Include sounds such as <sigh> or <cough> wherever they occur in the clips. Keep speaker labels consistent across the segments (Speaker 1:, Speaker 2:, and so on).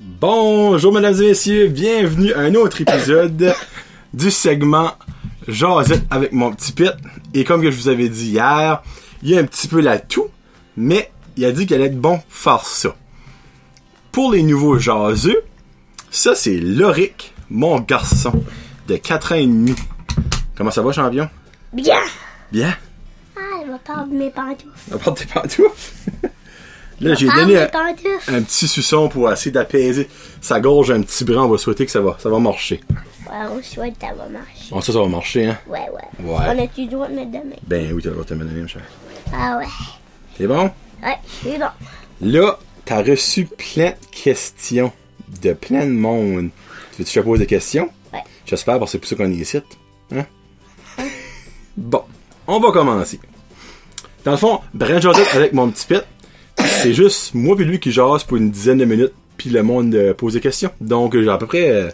Speaker 1: Bonjour mesdames et messieurs, bienvenue à un autre épisode du segment Jazette avec mon petit pit. Et comme que je vous avais dit hier, il y a un petit peu la toux, mais il a dit qu'elle allait être bon faire ça. Pour les nouveaux jaseux, ça c'est Loric, mon garçon, de 4 ans et demi. Comment ça va champion?
Speaker 2: Bien!
Speaker 1: Bien?
Speaker 2: Ah, elle va perdre mes pantoufles.
Speaker 1: Apporte tes pantoufles. <laughs> Là, j'ai
Speaker 2: Perdre
Speaker 1: donné un,
Speaker 2: Ah, mes pantoufles.
Speaker 1: un petit suçon pour essayer d'apaiser sa gorge un petit brin. On va souhaiter que ça va, ça va marcher.
Speaker 2: Ouais, on souhaite que ça va marcher.
Speaker 1: Bon, ça, ça va marcher, hein?
Speaker 2: Ouais, ouais.
Speaker 1: Ouais.
Speaker 2: On a-tu le droit de mettre demain?
Speaker 1: Ben oui, t'as le droit de te mener, mon cher.
Speaker 2: Ah ouais.
Speaker 1: C'est bon?
Speaker 2: Ouais, c'est bon.
Speaker 1: Là, t'as reçu plein de questions de plein de monde. Tu veux que je te pose des questions?
Speaker 2: Ouais.
Speaker 1: J'espère, parce que c'est pour ça qu'on est ici. Hein? bon, on va commencer. Dans le fond, Brent Joseph avec mon petit pet, c'est juste moi puis lui qui jase pour une dizaine de minutes, puis le monde euh, pose des questions. Donc, j'ai à peu près euh,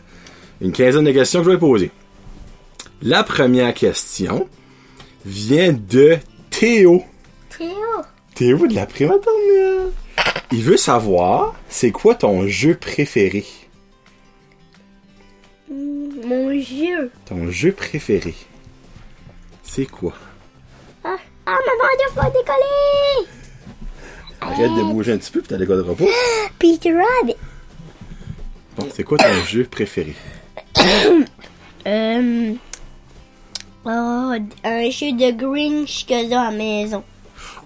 Speaker 1: une quinzaine de questions que je vais poser. La première question vient de Théo.
Speaker 2: Théo,
Speaker 1: T'es où de la primature, Il veut savoir, c'est quoi ton jeu préféré?
Speaker 2: Mm, mon jeu.
Speaker 1: Ton jeu préféré. C'est quoi?
Speaker 2: Ah, ah ma pantoufle va décoller!
Speaker 1: Arrête de bouger un petit peu, puis t'as l'école de repos.
Speaker 2: Peter Rabbit.
Speaker 1: Bon, c'est quoi ton jeu préféré?
Speaker 2: Euh... Oh, un jeu de Grinch que j'ai à la maison.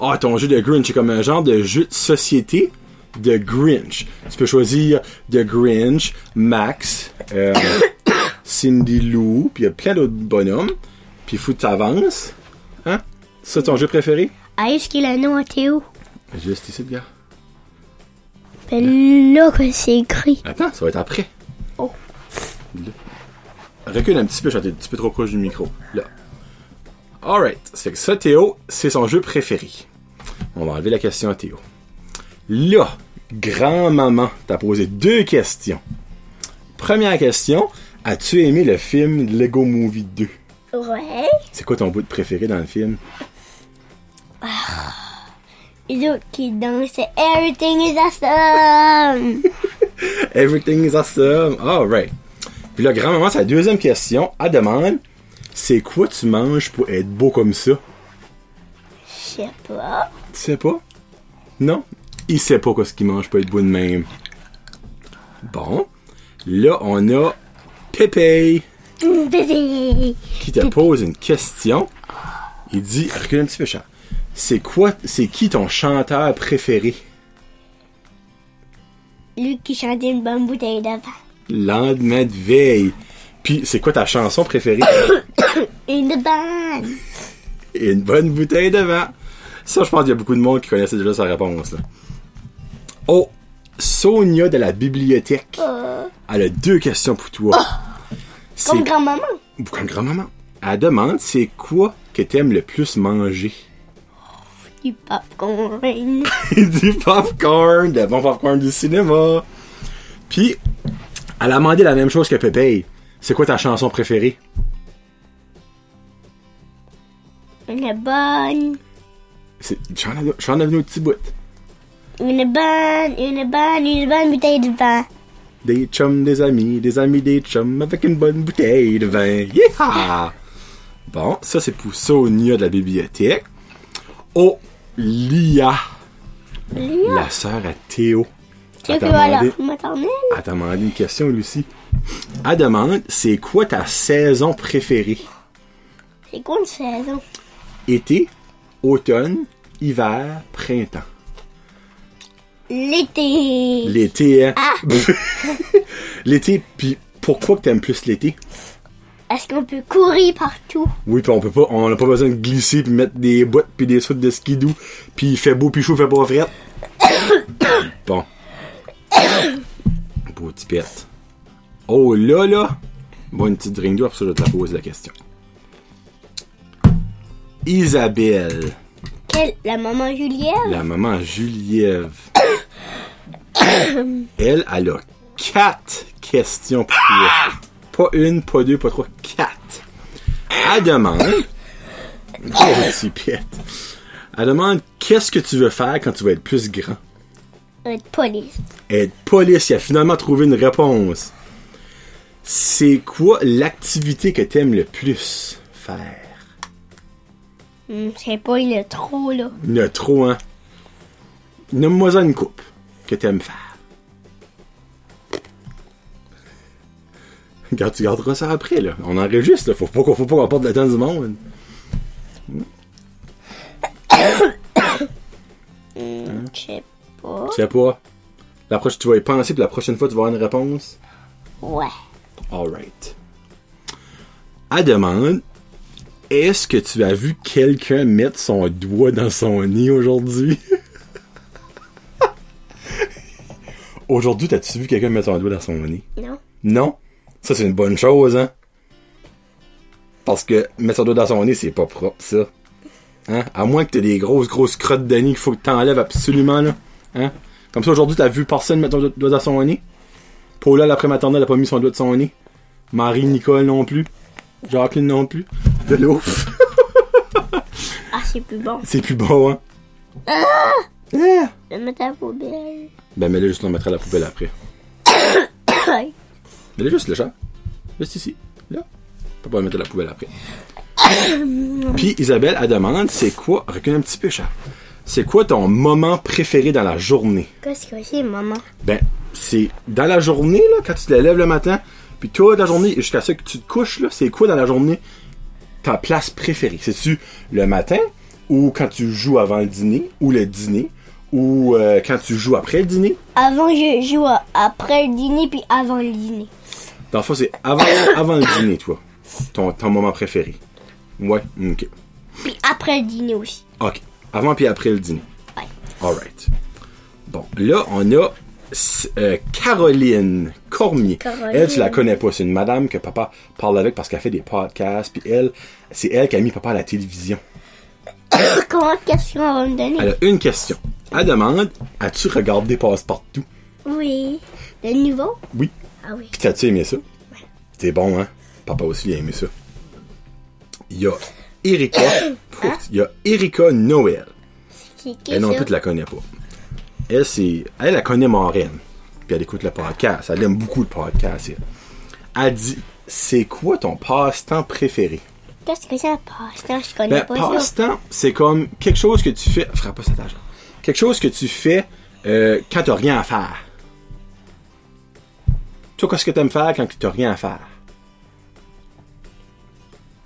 Speaker 1: Ah, ton jeu de Grinch, c'est comme un genre de jeu de société de Grinch. Tu peux choisir de Grinch, Max, euh, <coughs> Cindy Lou, puis il y a plein d'autres bonhommes. Puis faut que t'avances. Hein? Ça, ton jeu préféré?
Speaker 2: Ah, est-ce qu'il a un nom à Théo?
Speaker 1: Juste ici, gars.
Speaker 2: Ben là que c'est écrit.
Speaker 1: Attends, ça va être après.
Speaker 2: Oh.
Speaker 1: Là. Recule un petit peu, je suis un petit peu trop proche du micro. Là. Alright. C'est que ça, Théo, c'est son jeu préféré. On va enlever la question à Théo. Là, grand-maman, t'as posé deux questions. Première question, as-tu aimé le film Lego Movie 2?
Speaker 2: Ouais.
Speaker 1: C'est quoi ton bout de préféré dans le film?
Speaker 2: Les autres qui dansaient Everything is awesome!
Speaker 1: Everything is awesome. Alright. Puis là, grand-maman, sa deuxième question, elle demande, c'est quoi tu manges pour être beau comme ça?
Speaker 2: Je sais pas.
Speaker 1: Tu sais pas? Non? Il sait pas quoi ce qu'il mange, peut être bon de même. Bon. Là, on a Pépé
Speaker 2: Bébé!
Speaker 1: qui te pose une question. Il dit, recule un petit peu, chat. C'est quoi, c'est qui ton chanteur préféré?
Speaker 2: Lui qui chantait une bonne bouteille de vin.
Speaker 1: Lendemain de veille. Puis, c'est quoi ta chanson préférée?
Speaker 2: Une bonne!
Speaker 1: et une bonne bouteille de vin. Ça, je pense qu'il y a beaucoup de monde qui connaissait déjà sa réponse. là. Oh, Sonia de la bibliothèque. Elle a deux questions pour toi. C'est
Speaker 2: Comme grand-maman.
Speaker 1: comme grand-maman. Elle demande c'est quoi que t'aimes le plus manger <laughs>
Speaker 2: Du popcorn.
Speaker 1: Du popcorn, de bon popcorn du cinéma. Puis, elle a demandé la même chose que Pépé. C'est quoi ta chanson préférée
Speaker 2: Une bonne.
Speaker 1: C'est J'en avais- j'en avais un petit bout.
Speaker 2: Une bonne. Une bonne. Une bonne bouteille de vin.
Speaker 1: Des chums, des amis, des amis, des chums, avec une bonne bouteille de vin. Yeah! Bon, ça c'est pour Sonia de la bibliothèque. Oh, Lia,
Speaker 2: Léa,
Speaker 1: la sœur à Théo.
Speaker 2: tu veux
Speaker 1: Elle
Speaker 2: que
Speaker 1: t'a
Speaker 2: voilà,
Speaker 1: demandé-
Speaker 2: maternelle?
Speaker 1: elle t'a demandé une question, Lucie. Elle demande, c'est quoi ta saison préférée?
Speaker 2: C'est quoi une saison?
Speaker 1: Été, automne, hiver, printemps.
Speaker 2: L'été.
Speaker 1: L'été, hein? <laughs> l'été, puis pourquoi que t'aimes plus l'été?
Speaker 2: Est-ce qu'on peut courir partout?
Speaker 1: Oui, puis on peut pas, on n'a pas besoin de glisser puis mettre des bottes puis des soutes de skidou puis il fait beau puis chaud, fait pas fret. <coughs> bon. <coughs> Beau petit pet. Oh là là! Bon, une petite drink d'eau, après ça, je vais te la poser la question. Isabelle,
Speaker 2: Quelle? La maman Juliette?
Speaker 1: la maman Juliève. <coughs> elle, elle a quatre questions pour toi. Pas une, pas deux, pas trois, quatre. Elle demande. <coughs> Oh, Petit pète. Elle demande qu'est-ce que tu veux faire quand tu vas être plus grand.
Speaker 2: être Euh, police.
Speaker 1: Être police, il a finalement trouvé une réponse. C'est quoi l'activité que t'aimes le plus faire?
Speaker 2: Hmm, Je sais pas, il est trop là.
Speaker 1: Il y en a trop, hein? Nomme-moi une coupe que t'aimes faire. Regarde, tu garderas ça après, là. On enregistre, là. Faut pas qu'on faut pas qu'on porte le temps du monde.
Speaker 2: Hmm, Je sais pas.
Speaker 1: Tu sais pas. La prochaine, tu vas y penser, puis la prochaine fois, tu vas avoir une réponse.
Speaker 2: Ouais.
Speaker 1: Alright. Elle demande Est-ce que tu as vu quelqu'un mettre son doigt dans son nez aujourd'hui <laughs> Aujourd'hui, t'as-tu vu quelqu'un mettre son doigt dans son nez
Speaker 2: Non.
Speaker 1: Non Ça, c'est une bonne chose, hein Parce que mettre son doigt dans son nez, c'est pas propre, ça. Hein À moins que t'aies des grosses, grosses crottes de nez qu'il faut que t'enlèves absolument, là. Hein Comme ça, aujourd'hui, t'as vu personne mettre son doigt dans son nez Paula, l'après-maternelle, elle a pas mis son doigt de son nez. Marie, Nicole non plus. Jacqueline non plus. De l'ouf.
Speaker 2: Ah, c'est plus bon.
Speaker 1: C'est plus bon, hein? Ah!
Speaker 2: Je mets ta poubelle.
Speaker 1: Ben, mais là, juste, on mettra à la poubelle après. Mais là, juste le chat. Juste ici. Là. On peut pas le mettre à la poubelle après. Puis, Isabelle, elle demande, c'est quoi... Recule un petit peu, chat. C'est quoi ton moment préféré dans la journée?
Speaker 2: Qu'est-ce que c'est, maman?
Speaker 1: Ben, c'est dans la journée, là, quand tu te lèves le matin, puis toute la journée, jusqu'à ce que tu te couches, là, c'est quoi dans la journée ta place préférée? C'est-tu le matin, ou quand tu joues avant le dîner, ou le dîner, ou euh, quand tu joues après le dîner?
Speaker 2: Avant, je joue à- après le dîner, puis avant le dîner.
Speaker 1: Dans le fond, c'est avant, avant le dîner, toi. Ton, ton moment préféré. Ouais, ok.
Speaker 2: Puis après le dîner aussi. <coughs>
Speaker 1: Ok. Avant puis après le dîner.
Speaker 2: Ouais.
Speaker 1: Alright. Bon, là, on a s- euh, Caroline Cormier.
Speaker 2: Caroline.
Speaker 1: Elle, tu la connais pas. C'est une madame que papa parle avec parce qu'elle fait des podcasts. Puis elle, c'est elle qui a mis papa à la télévision.
Speaker 2: Comment de questions on va me donner?
Speaker 1: Elle a une question. Elle demande As-tu regardé Passe-Partout
Speaker 2: Oui. De nouveau?
Speaker 1: Oui.
Speaker 2: Ah oui.
Speaker 1: Puis t'as-tu aimé ça C'est bon, hein Papa aussi, il a aimé ça. Il y a Erika. Pouf, Il y a Erika Noël.
Speaker 2: C'est qui
Speaker 1: Elle Eh non
Speaker 2: ça?
Speaker 1: plus, tu la connais pas. Elle, c'est. Elle, la connaît Maureen. Puis elle écoute le podcast. Elle aime beaucoup le podcast. Elle, Elle dit C'est quoi ton passe-temps préféré
Speaker 2: Qu'est-ce que c'est un passe-temps? Je connais
Speaker 1: Ben,
Speaker 2: pas ça.
Speaker 1: passe-temps, c'est comme quelque chose que tu fais. Frappe pas cette argent. Quelque chose que tu fais euh, quand t'as rien à faire. Toi, qu'est-ce que t'aimes faire quand t'as rien à faire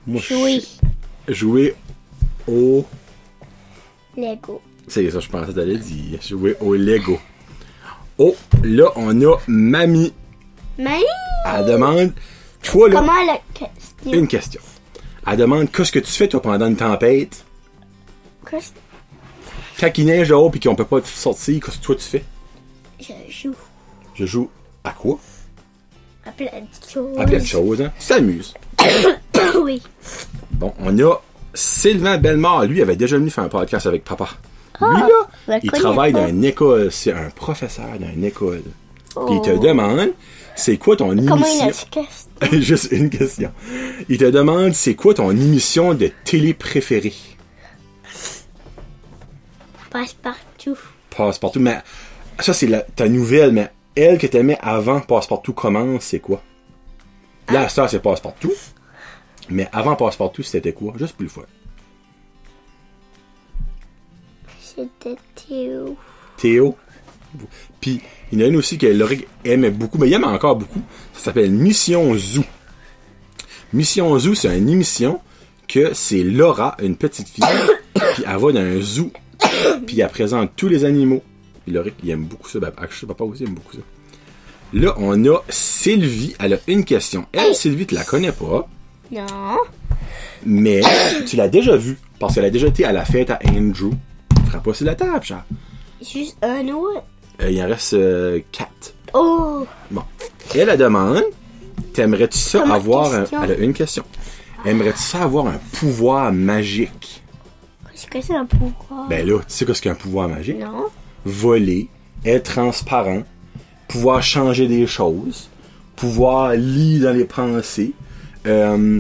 Speaker 1: Moi, je-
Speaker 2: Jouer.
Speaker 1: Jouer au.
Speaker 2: Lego.
Speaker 1: C'est ça, je pensais que t'allais dire. Jouer au Lego. Oh, là, on a Mamie.
Speaker 2: Mais
Speaker 1: Elle demande, toi, là,
Speaker 2: comment la question?
Speaker 1: une question. Elle demande, qu'est-ce que tu fais, toi, pendant une tempête?
Speaker 2: Qu'est-ce
Speaker 1: Quand il neige dehors puis qu'on peut pas te sortir, qu'est-ce que toi, tu fais?
Speaker 2: que je joue?
Speaker 1: Je joue à quoi?
Speaker 2: À plein de choses.
Speaker 1: À plein de choses, hein? S'amuse.
Speaker 2: <coughs> oui.
Speaker 1: Bon, on a Sylvain Bellemare. Lui, avait déjà venu faire un podcast avec papa. lui,
Speaker 2: Ah, je
Speaker 1: là,
Speaker 2: le
Speaker 1: il
Speaker 2: connais
Speaker 1: travaille
Speaker 2: pas.
Speaker 1: dans une école. C'est un professeur d'une école. Puis il te
Speaker 2: Oh.
Speaker 1: demande, c'est quoi ton
Speaker 2: Comment il
Speaker 1: émission?
Speaker 2: a cette question?
Speaker 1: <laughs> Juste une question. Il te demande c'est quoi ton émission de télé préférée?
Speaker 2: Passe partout.
Speaker 1: Passe-partout, mais ça c'est la- ta nouvelle, mais elle que t'aimais avant Passe-partout commence, c'est quoi? Là, ça c'est Passe-partout. Mais avant Passe-partout, c'était quoi? Juste plus le fun.
Speaker 2: C'était Théo.
Speaker 1: Théo. Puis, il y en a une aussi que Laurie aimait beaucoup, mais il aime encore beaucoup. Ça s'appelle Mission Zoo. Mission Zoo, c'est une émission que c'est Laura, une petite fille, <coughs> puis elle va dans un zoo, puis elle présente tous les animaux. Puis Laurie, il aime beaucoup ça. Ben, je sais, papa aussi aime beaucoup ça. Là, on a Sylvie. Elle a une question. Elle, Sylvie, tu la connais pas,
Speaker 2: Non.
Speaker 1: mais tu l'as déjà vue, parce qu'elle a déjà été à la fête à Andrew. Frappe pas sur la table, chat.
Speaker 2: Juste un autre.
Speaker 1: Euh, il en reste euh, quatre.
Speaker 2: Oh.
Speaker 1: Bon. Elle, elle demande T'aimerais-tu ça
Speaker 2: Comment
Speaker 1: avoir. Un...
Speaker 2: question?
Speaker 1: Elle a une question. Aimerais-tu ça avoir un pouvoir magique
Speaker 2: Qu'est-ce que c'est un pouvoir?
Speaker 1: Ben là, tu sais qu'est-ce qu'un pouvoir magique
Speaker 2: Non.
Speaker 1: Voler, être transparent, pouvoir changer des choses, pouvoir lire dans les pensées, euh,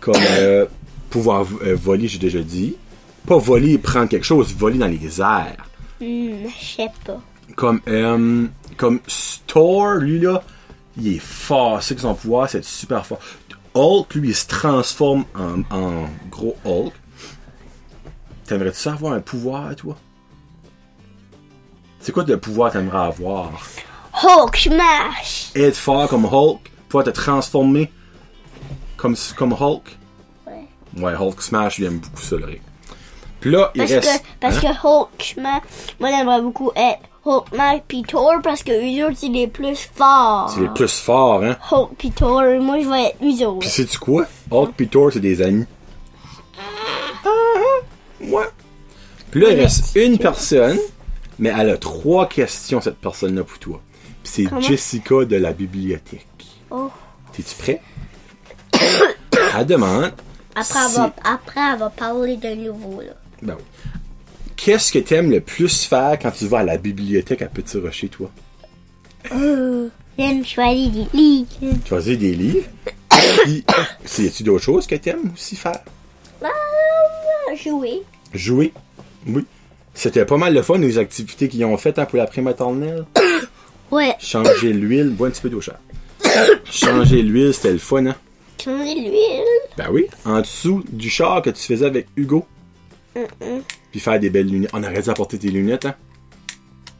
Speaker 1: comme euh, pouvoir euh, voler, j'ai déjà dit. Pas voler et prendre quelque chose, voler dans les airs.
Speaker 2: Hmm, je sais pas.
Speaker 1: Comme, euh, comme Store, lui là, il est fort. C'est que son pouvoir, c'est super fort. Hulk, lui, il se transforme en, en gros Hulk. T'aimerais-tu ça avoir un pouvoir, toi? C'est quoi le pouvoir que t'aimerais avoir?
Speaker 2: Hulk smash.
Speaker 1: Être fort comme Hulk, pouvoir te transformer comme, comme Hulk.
Speaker 2: Ouais.
Speaker 1: Ouais, Hulk Smash, j'aime beaucoup ça, le Rick. Puis là, il
Speaker 2: Parce
Speaker 1: reste.
Speaker 2: que parce
Speaker 1: Hein?
Speaker 2: que Hulk smash. Moi j'aimerais beaucoup être Hulk smash puis Thor parce que eux autres il est plus fort.
Speaker 1: C'est les plus forts, hein.
Speaker 2: Hulk puis Thor. Moi je vais être eux
Speaker 1: Puis
Speaker 2: autres.
Speaker 1: sais-tu quoi? Hulk pis Thor, c'est des amis. Ah, ah, ouais. Puis là, il reste une personne, mais elle a trois questions, cette personne-là, pour toi. Puis c'est Jessica de la bibliothèque.
Speaker 2: Oh.
Speaker 1: T'es-tu prêt? <coughs> elle demande.
Speaker 2: Après
Speaker 1: si-
Speaker 2: avoir après avoir parlé de nouveau là.
Speaker 1: Ben oui. Qu'est-ce que t'aimes le plus faire quand tu vas à la bibliothèque à Petit Rocher, toi?
Speaker 2: Euh, J'aime choisir des livres.
Speaker 1: Tu vas lire des livres. <coughs> Puis, si y a-tu d'autres choses que t'aimes aussi faire?
Speaker 2: Ah, jouer.
Speaker 1: Jouer. Oui. C'était pas mal le fun, les activités qu'ils ont faites hein, pour la primaternelle.
Speaker 2: Ouais.
Speaker 1: Changer l'huile, bois un petit peu d'eau chère. Changer l'huile, c'était le fun, hein?
Speaker 2: Changer l'huile.
Speaker 1: Ben oui. En dessous du char que tu faisais avec Hugo. Puis faire des belles lunettes. On aurait dû apporter tes lunettes, hein?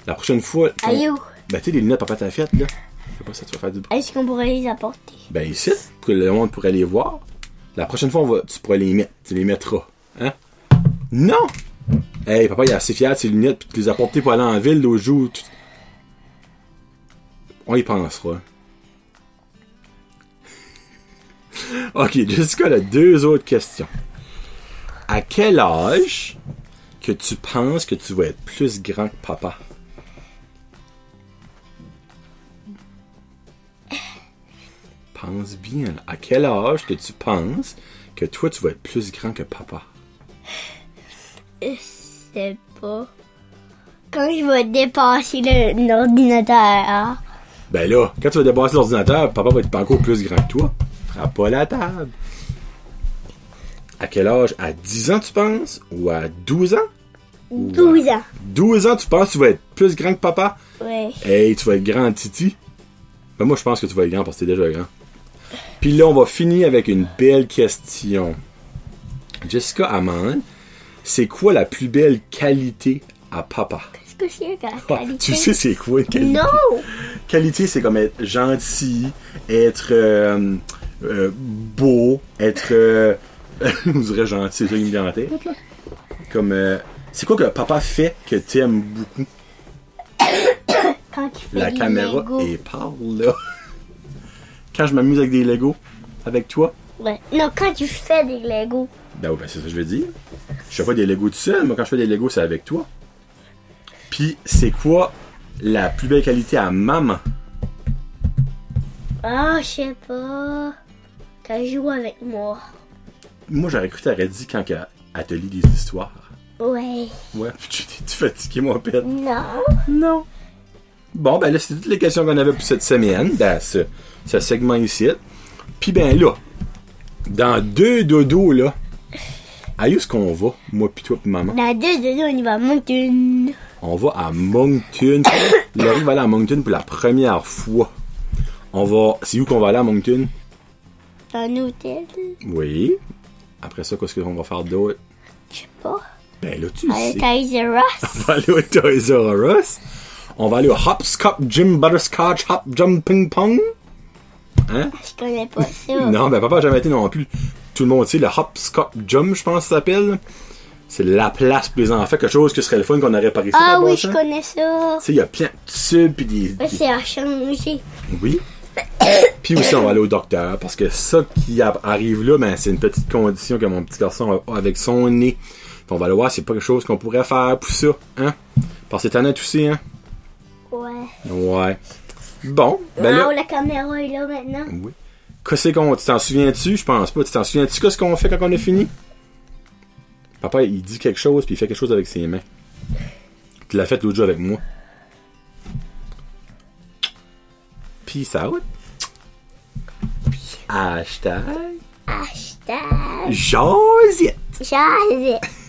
Speaker 1: La prochaine fois. qu'on-
Speaker 2: Allez où?
Speaker 1: Ben, tu sais, les lunettes, papa t'a faites, là. Je sais pas si tu vas faire du bruit.
Speaker 2: oh, Est-ce qu'on pourrait les apporter?
Speaker 1: Ben, ici, pour que le monde pourrait les voir. La prochaine fois, on va, tu pourras les mettre. Tu les mettras. Hein? Non! Hey, papa, il est assez fier de ses lunettes, puis de les apporter pour aller en ville l'autre jour. tu- On y pensera. <laughs> ok, Jessica elle a deux autres questions. À quel âge que tu penses que tu vas être plus grand que papa? Pense bien. là. À quel âge que tu penses que toi, tu vas être plus grand que papa?
Speaker 2: Je sais Euh, pas. Quand je vais dépasser le- l'ordinateur. hein?
Speaker 1: Ben là, quand tu vas dépasser l'ordinateur, papa va être encore plus grand que toi. Frappe pas la table. À quel âge? À 10 ans, tu penses? Ou à 12 ans?
Speaker 2: 12 ans.
Speaker 1: 12 ans, tu penses que tu vas être plus grand que papa?
Speaker 2: Ouais.
Speaker 1: Hey, tu vas être grand, Titi. Ben moi, je pense que tu vas être grand parce que t'es déjà grand. Puis là, on va finir avec une belle question. Jessica Amand, c'est quoi la plus belle qualité à papa?
Speaker 2: Qu'est-ce que c'est que la
Speaker 1: Ah, <laughs>
Speaker 2: qualité?
Speaker 1: tu sais c'est quoi une qualité?
Speaker 2: Non!
Speaker 1: Qualité, c'est comme être gentil, être euh, euh, beau, être... Euh, <laughs> on dirait gentil, c'est ça qui me vient en tête, là. Comme... euh, c'est quoi que papa fait que t'aimes beaucoup?
Speaker 2: Quand il fait
Speaker 1: La
Speaker 2: des
Speaker 1: caméra
Speaker 2: Legos.
Speaker 1: et parle, là. Quand je m'amuse avec des Legos, avec toi,
Speaker 2: Ouais. Non, quand tu fais des Legos.
Speaker 1: ben oui, ben c'est ça que je veux dire. Je fais pas des Legos tout seul, moi quand je fais des Legos, c'est avec toi. Puis, c'est quoi la plus belle qualité à maman?
Speaker 2: Ah, je sais pas. Quand je joue avec moi.
Speaker 1: Moi, j'aurais cru que t'aurais dit quand qu'elle- elle te lit des histoires.
Speaker 2: Ouais.
Speaker 1: Ouais, <laughs> tu t'es fatigué, mon père.
Speaker 2: Non.
Speaker 1: Non. Bon, ben là, c'est toutes les questions qu'on avait pour cette semaine, dans ce, ce segment ici. Puis ben là, dans deux dodos, là, à où est-ce qu'on va, moi puis toi puis maman?
Speaker 2: Dans deux de nous, on y va monter une.
Speaker 1: On va à Moncton. <coughs> Laurie va aller à Moncton pour la première fois. On va... C'est où qu'on va aller à Moncton?
Speaker 2: Un hôtel.
Speaker 1: Oui. Après ça, qu'est-ce qu'on va faire d'autre?
Speaker 2: Je sais pas.
Speaker 1: Ben là, tu
Speaker 2: Un
Speaker 1: sais.
Speaker 2: Kaiser Ross.
Speaker 1: On va aller au Toys R Us. On va aller au Hopscotch Gym Butterscotch Hop Jump Ping Pong. Hein?
Speaker 2: <laughs> Je connais pas
Speaker 1: <laughs>
Speaker 2: ça.
Speaker 1: Non, ben papa n'a jamais été non plus. Tout le monde sait le Hopscotch Jump, je pense que ça s'appelle. C'est la place pour les enfants. Quelque chose que serait le fun qu'on aurait par ici.
Speaker 2: Ah
Speaker 1: dans le
Speaker 2: oui,
Speaker 1: bon
Speaker 2: je
Speaker 1: sens.
Speaker 2: connais ça.
Speaker 1: hein. Tu sais, il y a plein de tubes pis des... des-
Speaker 2: Ouais, C'est à changer.
Speaker 1: Oui. <coughs> Puis aussi, on va aller au docteur, parce que ça qui a- arrive là, ben, c'est une petite condition que mon petit garçon a avec son nez. Puis on va le voir, c'est pas quelque chose qu'on pourrait faire pour ça, hein? Parce que t'en as toussé, hein?
Speaker 2: Ouais.
Speaker 1: Ouais. Bon, ben
Speaker 2: Wow,
Speaker 1: là,
Speaker 2: la caméra est là maintenant.
Speaker 1: oui. Qu'est-ce qu'on, tu t'en souviens-tu? Je pense pas. Tu t'en souviens-tu qu'est-ce qu'on fait quand on a fini? Papa, il dit quelque chose, puis il fait quelque chose avec ses mains. Tu l'as fait l'autre jour avec moi. Peace out. Hashtag
Speaker 2: Hashtag
Speaker 1: Josette.
Speaker 2: Jazette.